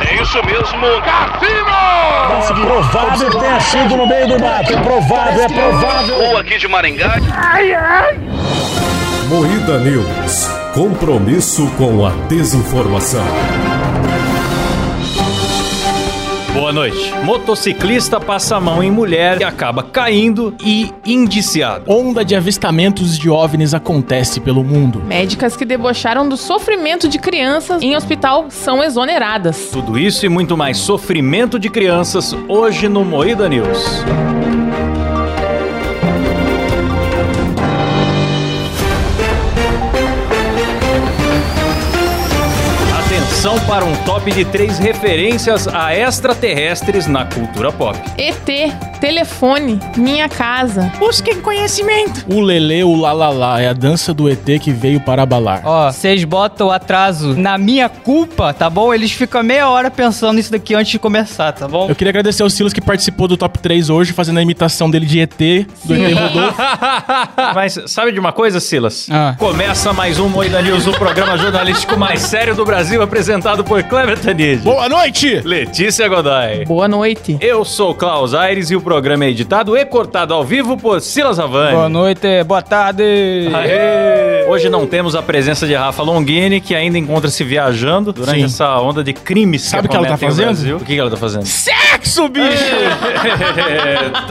É isso mesmo, Cassino! Nossa, provável que tenha sido no meio do mato. É provável, é provável. Ou aqui de Maringá. Moída News. Compromisso com a desinformação. Boa noite. Motociclista passa a mão em mulher e acaba caindo e indiciado. Onda de avistamentos de OVNIs acontece pelo mundo. Médicas que debocharam do sofrimento de crianças em hospital são exoneradas. Tudo isso e muito mais sofrimento de crianças hoje no Moída News. Atenção para um top de três referências a extraterrestres na cultura pop. ET, telefone, minha casa. Busquem conhecimento. O Lele, o Lalalá é a dança do ET que veio para abalar. Ó, vocês botam o atraso na minha culpa, tá bom? Eles ficam meia hora pensando nisso daqui antes de começar, tá bom? Eu queria agradecer ao Silas que participou do Top 3 hoje, fazendo a imitação dele de ET, do ET Rodolfo. Mas sabe de uma coisa, Silas? Ah. Começa mais um Moída News, o programa jornalístico mais sério do Brasil, apresentado por Cleber Tanid, Boa noite! Letícia Godoy. Boa noite. Eu sou o Klaus Aires e o programa é editado e cortado ao vivo por Silas Havani. Boa noite, boa tarde. Aê! Hoje não temos a presença de Rafa Longini, que ainda encontra-se viajando durante Sim. essa onda de crimes. Sabe o que ela tá acometem o fazendo? Brasil. O que que ela tá fazendo? Sexo, bicho!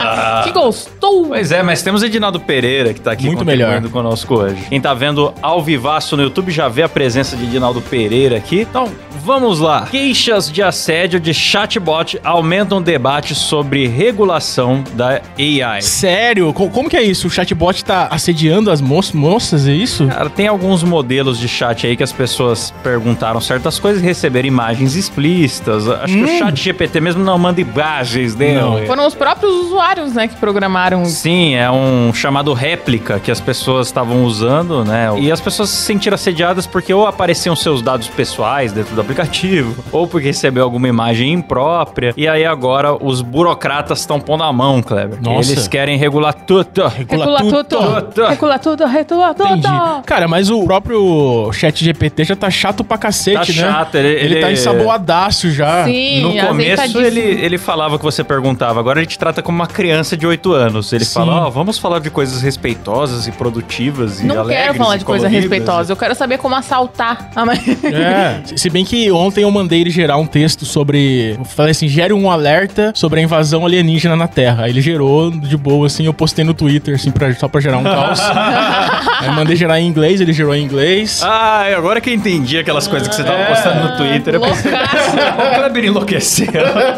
Ah. Que gostou. Pois é, mas temos Edinaldo Pereira que tá aqui Muito contribuindo melhor. conosco hoje. Quem tá vendo ao vivaço no YouTube já vê a presença de Edinaldo Pereira aqui. Então, vamos lá. Queixas de assédio de chatbot aumentam debate sobre regulação da AI. Sério? Co- Como que é isso? O chatbot tá assediando as mo moças, é isso? Cara, tem alguns modelos de chat aí que as pessoas perguntaram certas coisas e receberam imagens explícitas. Acho que o chat GPT mesmo não manda imagens, né? Hum. Não. Foram os próprios usuários, né, que programaram. os- Sim, é um chamado réplica que as pessoas estavam usando, né? E as pessoas se sentiram assediadas porque ou apareciam seus dados pessoais dentro do aplicativo, ou porque recebeu alguma imagem imprópria. E aí agora os burocratas estão pondo a mão, Kleber. Nossa. Eles querem regular tudo. Recula tudo. tudo. Recula tudo, recula tudo. Entendi. Cara, mas o próprio chat GPT já tá chato pra cacete, Tá né? chato, ele- ele, ele- tá ensaboadaço já. Sim, Ah, tá No começo azeitadíssimo. ele, ele falava que você perguntava, agora ele te trata como uma criança de 8 anos. Ele Sim. fala, ó, vamos falar de coisas respeitosas e produtivas e Não alegres quero falar e de coisa coloridas. respeitosa. Eu quero saber como assaltar a mãe. É. Se- Se bem que ontem eu mandei ele gerar um texto sobre. Eu falei assim: gere um alerta sobre a invasão alienígena na Terra. Aí ele gerou de boa, assim, eu postei no Twitter, assim, pra- só pra gerar um caos. Aí mandei gerar em inglês, ele gerou em inglês. Ah, e agora que eu entendi aquelas coisas que você tava postando no Twitter. Eu pensei, Loucaço. o Kleber enlouqueceu.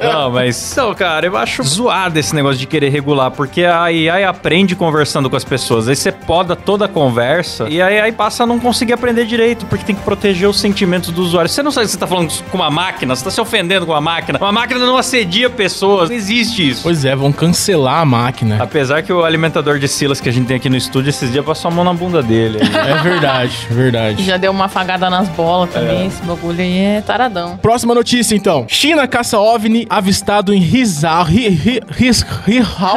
Não, mas. Não, cara, eu acho zoado esse negócio de querer regular, porque a AI aprende conversando com as pessoas. Aí você poda toda a conversa e aí, aí passa a não conseguir aprender direito, porque tem que proteger os sentimentos do usuário. Você não sabe se você tá falando com uma máquina, você tá se ofendendo com uma máquina. Uma máquina não assedia pessoas. Não existe isso. Pois é, vão cancelar a máquina. Apesar que o alimentador de Silas que a gente tem aqui no estúdio esses dias passou a mão na bunda dele. aí. É verdade, verdade. Já deu uma afagada nas bolas também. Esse bagulho aí é taradão. Próxima notícia, então. China caça OVNI avistado em Rizal, Ri- Ri- Ris- Rihal,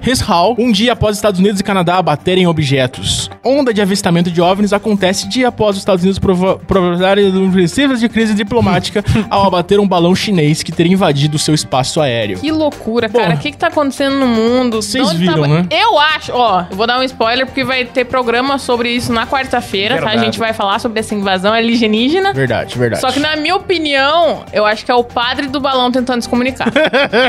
Rishal, um dia após Estados Unidos e Canadá baterem objetos. Onda de avistamento de OVNIs acontece dia após os Estados Unidos provo- provocarem princípios de crise diplomática ao abater um balão chinês que teria invadido seu espaço aéreo. Que loucura, Bom, cara. O que, que tá acontecendo no mundo? vocês De onde tá viram, né? Eu acho, ó, eu vou dar um spoiler porque vai ter programa sobre isso na quarta-feira, tá? A Verdade. gente vai falar sobre essa invasão alienígena. Verdade, verdade. Só que, na minha opinião, eu acho que é o padre do balão tentando se comunicar.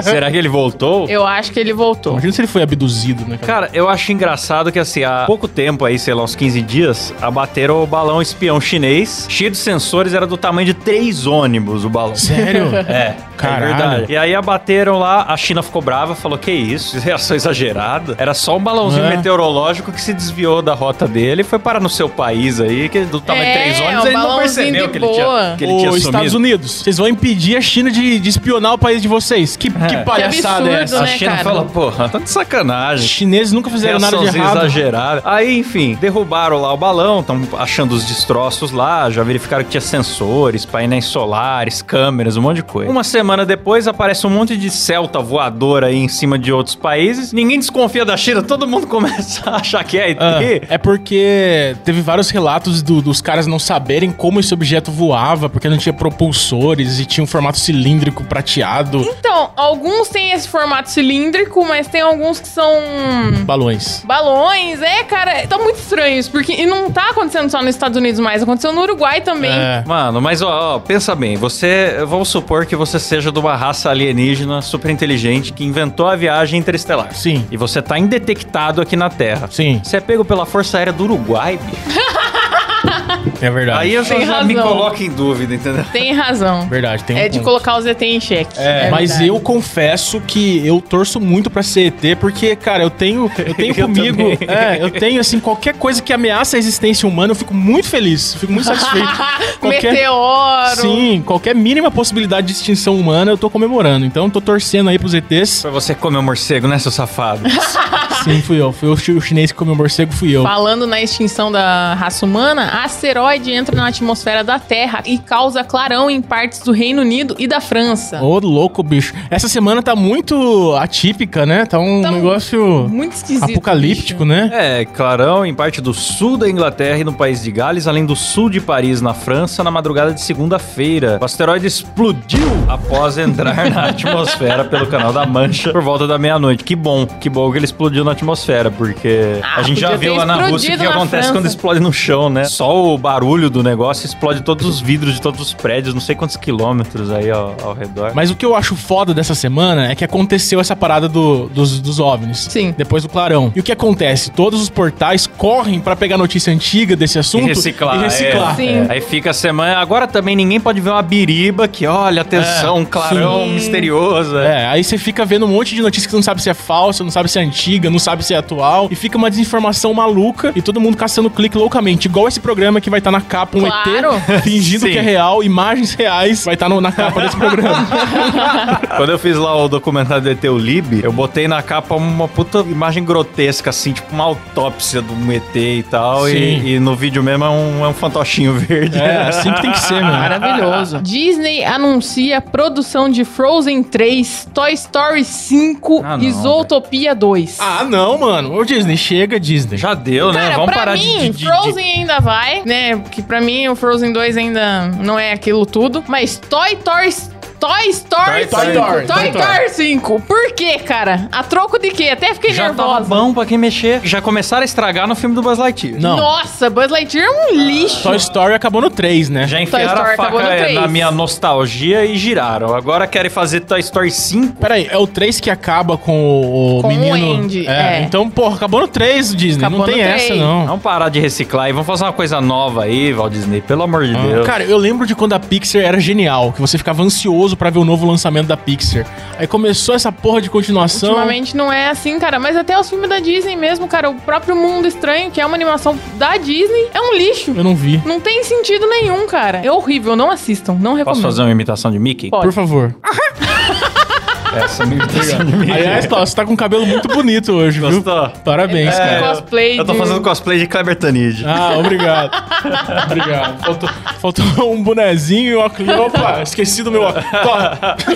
Será que ele voltou? eu acho que ele voltou. Imagina se ele foi abduzido, né? cara? Cara, eu acho engraçado que, assim, há pouco tempo aí, sei lá, uns 15 dias, abateram o balão espião chinês, cheio de sensores, era do tamanho de três ônibus o balão. Sério? É, Caralho. é verdade. E aí abateram lá, a China ficou brava, falou, que isso, reação exagerada. Era só um balãozinho É. meteorológico que se desviou da rota dele e foi parar no seu país aí, que do tamanho de É, três ônibus, um ele não balãozinho percebeu de que ele, boa. tinha, que ele tinha Ô, sumido. Estados Unidos, vocês vão impedir a China de, de espionar o país de vocês. Que, que palhaçada absurdo, é essa? A né, China cara? fala, porra, tá de Os sacanagem. chineses nunca fizeram nada de Reaçãozinha errado. exagerada. Aí, enfim, derrubaram lá o balão, estão achando os destroços lá, já verificaram que tinha sensor geradores, painéis solares, câmeras, um monte de coisa. Uma semana depois aparece um monte de Celta voadora aí em cima de outros países. Ninguém desconfia da China, todo mundo começa a achar que é ET. Ah, é porque teve vários relatos do- dos caras não saberem como esse objeto voava, porque não tinha propulsores e tinha um formato cilíndrico prateado. Então, alguns têm esse formato cilíndrico, mas tem alguns que são Balões. balões. É, cara, tá muito estranho isso, porque e não tá acontecendo só nos Estados Unidos mais, aconteceu no Uruguai também. É. Mano, mas ó, ó, pensa bem, você. Vamos supor que você seja de uma raça alienígena super inteligente que inventou a viagem interestelar. Sim. E você tá indetectado aqui na Terra. Sim, Você é pego pela Força Aérea do Uruguai, bicho. é verdade. Aí eu já, Tem já me razão. coloco em dúvida, entendeu? Tem razão. Verdade, tem um é de ponto. colocar o ZT em xeque. É, mas verdade. eu confesso que eu torço muito pra CET, porque, cara, eu tenho, eu tenho Eu comigo. também. é, eu tenho, assim, qualquer coisa que ameaça a existência humana, eu fico muito feliz, fico muito satisfeito. Meteoro. Sim, qualquer mínima possibilidade de extinção humana eu tô comemorando. Então eu tô torcendo aí pros ETs. Pra você comer um morcego, né, seu safado? Sim, fui eu. Fui eu, o chinês que comeu morcego, fui eu. Falando na extinção da raça humana, asteroide entra na atmosfera da Terra e causa clarão em partes do Reino Unido e da França. Ô, louco, bicho. Essa semana tá muito atípica, né? Tá um Tá negócio Muito esquisito. apocalíptico, né? é, clarão em parte do sul da Inglaterra e no país de Gales, além do sul de Paris, na França, na madrugada de segunda-feira. O asteroide explodiu após entrar na atmosfera pelo canal da Mancha por volta da meia-noite. Que bom, que bom que ele explodiu na atmosfera, porque Ah, a gente já podia viu ter lá na Rússia o explodido que na acontece França. quando explode no chão, né? Só o barulho do negócio explode todos os vidros de todos os prédios, não sei quantos quilômetros aí ao, ao É. redor. Mas o que eu acho foda dessa semana é que aconteceu essa parada do- dos, dos OVNIs. Sim. Depois do clarão. E o que acontece? Todos os portais correm pra pegar notícia antiga desse assunto. E reciclar. E reciclar. é. Sim. Aí fica a semana. Agora também ninguém pode ver uma biriba que, olha, atenção, um clarão Sim. misterioso. é. É, aí você fica vendo um monte de notícia que você não sabe se é falsa, não sabe se é antiga, não sabe se é atual, e fica uma desinformação maluca e todo mundo caçando clique loucamente. Igual esse programa que vai estar na capa um Claro. ET fingindo Sim. que é real, imagens reais, vai estar na capa desse programa. É. Quando eu fiz lá o documentário do ET o Lib, eu botei na capa uma puta imagem grotesca, assim, tipo uma autópsia do ET e tal. Sim. E, e no vídeo mesmo é um, é um fantochinho verde. é, assim que tem que ser, mano. Maravilhoso. Disney anuncia produção de Frozen 3, Toy Story 5 Ah, não, e Zootopia 2. Ah, não, mano. Ô, Disney, chega, Disney. Já deu, né? Cara, Vamos pra parar de- mim, de, de- Frozen ainda vai, né? Porque pra mim o Frozen 2 ainda não é aquilo tudo. Mas Toy Story... Toy Story Toy 5. Story, Toy Toy Story. Story 5. Por quê, cara? A troco de quê? Até fiquei Já tá tava é nervosa. bom pra quem mexer. Já começaram a estragar no filme do Buzz Lightyear. Não. Nossa, Buzz Lightyear Ah, é um lixo. Toy Story acabou no 3, né? Já Story enfiaram a acabou faca no é, na três. minha nostalgia e giraram. Agora querem fazer Toy Story 5. Peraí, é o 3 que acaba com o, o Com o menino. Andy, é. Então, porra, acabou no 3, Disney. Acabou não tem no essa, três. não. Vamos parar de reciclar e vamos fazer uma coisa nova aí, Walt Disney. Pelo amor de Deus. Ah. Cara, eu lembro de quando a Pixar era genial, que você ficava ansioso pra ver o novo lançamento da Pixar. Aí começou essa porra de continuação. Ultimamente não é assim, cara. Mas até os filmes da Disney mesmo, cara. O próprio Mundo Estranho, que é uma animação da Disney, é um lixo. Eu não vi. Não tem sentido nenhum, cara. É horrível. Não assistam. Não Posso recomendo. fazer uma imitação de Mickey? Pode. Por favor. Essa é uma imitação de Mickey. Aliás, Paulo, você tá com um cabelo muito bonito hoje, viu? Gostou? Parabéns, É, cara. cosplay um Eu tô de- fazendo cosplay de Kleber Tanid. Ah, obrigado. obrigado. Faltou, faltou um bonezinho e um óculos. Opa, esqueci do meu óculos. Tó.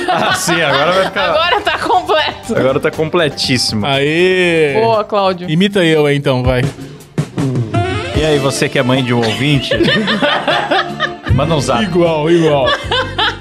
Ah, sim, agora vai ficar. Agora tá completo. Agora tá completíssimo. Aê! Boa, Cláudio. Imita eu aí, então, vai. E aí, você que é mãe de um ouvinte? Manda um zap. Igual, igual.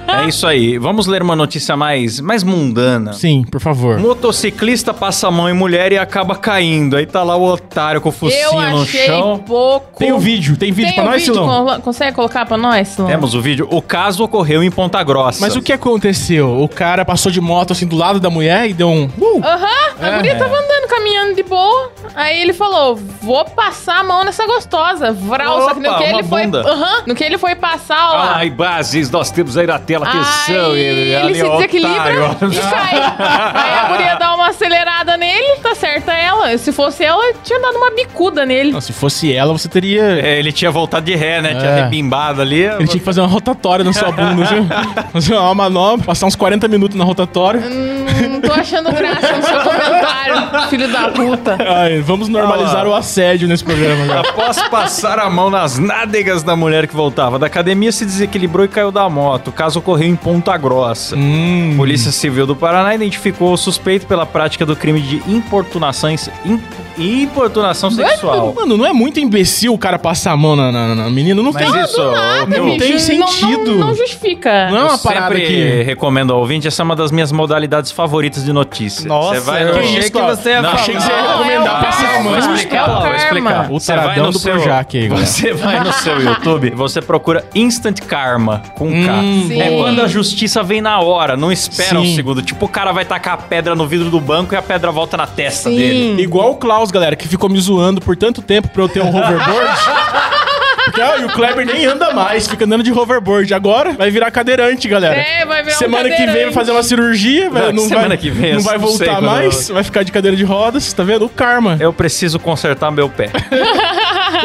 É isso aí. Vamos ler uma notícia mais, mais mundana. Sim, por favor. Motociclista passa a mão em mulher e acaba caindo. Aí tá lá o otário com o Eu focinho no achei chão. um pouco. Tem o vídeo, tem vídeo Tem pra o nós, vídeo? Silão? Con- Consegue colocar pra nós, Silão? Temos o vídeo. O caso ocorreu em Ponta Grossa. Mas o que aconteceu? O cara passou de moto assim do lado da mulher e deu um. Uh! Aham, É. a guria tava andando, caminhando de boa. Aí ele falou: vou passar a mão nessa gostosa. Vral, só que no Opa, que ele uma foi. bunda. Aham, no que ele foi passar, ó. lá. Ai, bases, nós temos aí na tela. Atenção, Aí ele, ali, se ó, desequilibra otário. e cai. Aí a guria dá uma acelerada nele, tá certa ela. Se fosse ela, tinha dado uma bicuda nele. Não, se fosse ela, você teria. É, ele tinha voltado de ré, né? Tinha É. rebimbado ali. Ele tinha que fazer uma rotatória na sua bunda, viu? Fazer uma manobra, passar uns 40 minutos na rotatória. Hum, tô achando graça no seu comentário, filho da puta. Ai, vamos normalizar Ah. o assédio nesse programa. né? Após passar a mão nas nádegas da mulher que voltava da academia, se desequilibrou e caiu da moto. O caso ocorreu em Ponta Grossa. Hum. Polícia Civil do Paraná identificou o suspeito pela prática do crime de importunações, im- importunação sexual. Mano, não é muito imbecil o cara passar a mão na, na, na menina? Não Mas tem. isso, Nada, o meu, bicho. tem não- sentido. Não, não justifica. Não é eu uma parada sempre que. recomendo ao ouvinte, essa é uma das minhas modalidades favoritas de notícia. Nossa, Você vai eu no- achei que Cláudio. você ia Não, falar. achei que você ia Não, é o recomendar passar a karma. mão. Vou É explicar, o vou karma. explicar. O Você vai taradão no do seu- Projac aí, galera. Você vai no seu YouTube, você procura Instant Karma com K. Sim. É quando a justiça vem na hora, não espera um Sim. segundo. Tipo, o cara vai tacar a pedra no vidro do banco e a pedra volta na testa Sim. dele. Igual o Klaus, galera, que ficou me zoando por tanto tempo pra eu ter um hoverboard. Porque, ó, e o Kleber nem anda mais, fica andando de hoverboard. Agora vai virar cadeirante, galera. É, vai virar um Semana que vem vai cadeirante. fazer uma cirurgia, vai- Não, não, semana vai, que vem, não eu vai não sei voltar quando mais, vai ficar de cadeira de rodas, tá vendo? O karma. Eu preciso consertar meu pé.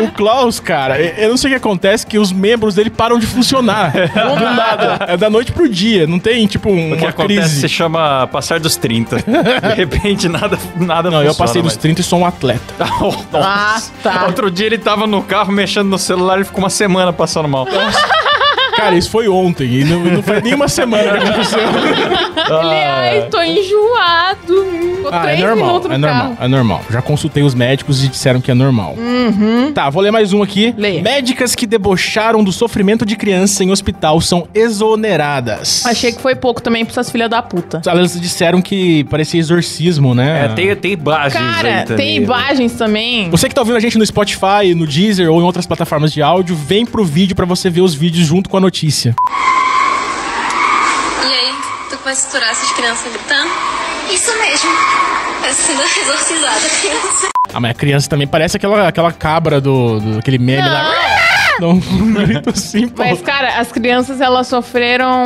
O Klaus, cara, eu eu não sei o que acontece, que os membros dele param de funcionar. Do nada. É da noite pro dia, não tem, tipo, um- O que uma acontece se crise. chama passar dos 30. De repente, nada, nada Não, eu passei dos funciona 30 e sou um atleta. mais. Nossa. Ah, tá. Outro dia ele tava no carro mexendo no celular e ficou uma semana passando mal. Cara, isso foi ontem, e não, não foi nem uma semana que aconteceu. Ele, ai, tô enjoado. Ficou Ah, três é normal, minutos no é normal, carro. é normal. Já consultei os médicos e disseram que é normal. Uhum. Tá, vou ler mais um aqui. Leia. Médicas que debocharam do sofrimento de criança em hospital são exoneradas. Achei que foi pouco também pra essas filhas da puta. Elas disseram que parecia exorcismo, né? É, tem, tem bases Cara, aí também. tem imagens também. Você que tá ouvindo a gente no Spotify, no Deezer ou em outras plataformas de áudio, vem pro vídeo pra você ver os vídeos junto com a notícia. E aí, tu começa a estourar essas crianças gritando? Isso mesmo. Tá sendo exorcizada a criança. Ah, mas a criança também parece aquela, aquela cabra do, do- aquele meme Não. lá. Não, um grito assim, pô. Mas, cara, as crianças, elas sofreram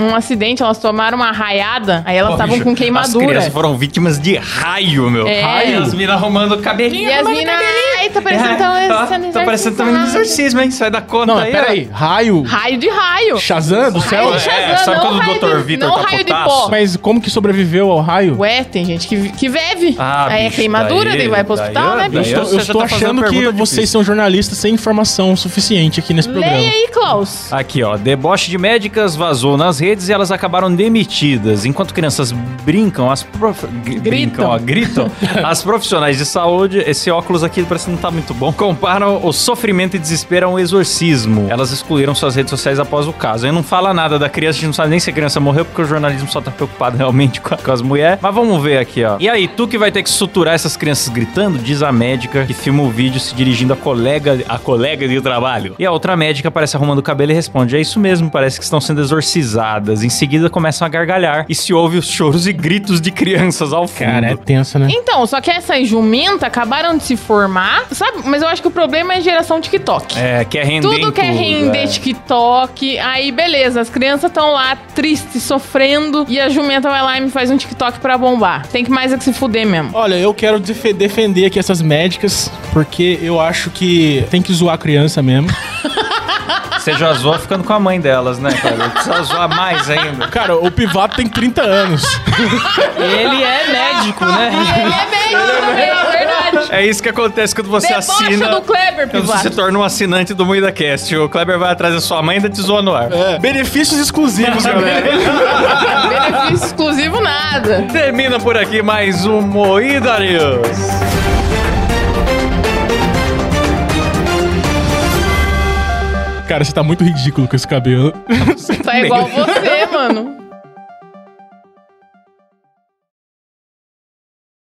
um acidente, elas tomaram uma raiada, aí elas estavam com As queimadura. crianças foram vítimas de raio, meu. É. Raio. As minas arrumando o cabelinho. E as arrumando o minas... Ai, tá cabelinho. parecendo tão... Ah, tá sendo parecendo também um exorcizado. exorcismo, hein? Sai da conta Não, aí. mas peraí. Raio? Raio de raio. Shazam do céu? É. Raio de Shazam, É, sabe não quando o raio Dr. de- Vitor Não tá raio de putaço? pó. Mas como que sobreviveu ao raio? Ué, tem gente que, vi- que vive. Ah, aí bicho, é queimadura, daí- daí vai pro hospital, daí- né, daí Eu bicho? estou, você eu já estou tá fazendo achando que pergunta vocês difícil. são jornalistas sem informação suficiente aqui nesse programa. Leia aí, Klaus. Aqui, ó. Deboche de médicas vazou nas redes e elas acabaram demitidas. Enquanto crianças brincam, as prof... gri- brincam, ó, gritam, as profissionais de saúde, esse óculos aqui parece que não tá muito bom, comparam o sofrimento e desespero a um exorcismo. Elas excluíram suas redes sociais após o caso. Aí não fala nada da criança, a gente não sabe nem se a criança morreu, porque o jornalismo só tá preocupado realmente com, a- com as mulheres. Mas vamos ver aqui, ó. E aí, tu que vai ter que suturar essas crianças gritando, diz a médica que filma o vídeo se dirigindo a colega, a colega de trabalho. E a outra médica parece arrumando o cabelo e responde: É isso mesmo, parece que estão sendo exorcizadas. Em seguida começam a gargalhar e se ouve os choros e gritos de crianças ao fundo. Cara, é tensa, né? Então, só que essas jumentas acabaram de se formar, sabe? Mas eu acho que o problema é a geração TikTok. É, quer render. em Tudo quer render é. TikTok. Aí, beleza, as crianças estão lá tristes, sofrendo. E a jumenta vai lá e me faz um TikTok pra bombar. Tem que mais é que se fuder mesmo. Olha, eu quero defe- defender aqui essas médicas, porque eu acho que tem que zoar a criança mesmo. é. Você já zoou ficando com a mãe delas, né, cara? Precisa zoar mais ainda. Cara, o Pivato tem 30 anos. Ele é médico, né? Ele é é bem, é verdade. É isso que acontece quando você Debocha assina. do Kleber, Quando você se Pivato. torna um assinante do MuidaCast, o Kleber vai atrás da sua mãe e ainda te zoa no ar. É. Benefícios exclusivos, galera. Benefício exclusivo nada. Termina por aqui mais um Moída News. Cara, você tá muito ridículo com esse cabelo. Tá igual você, mano.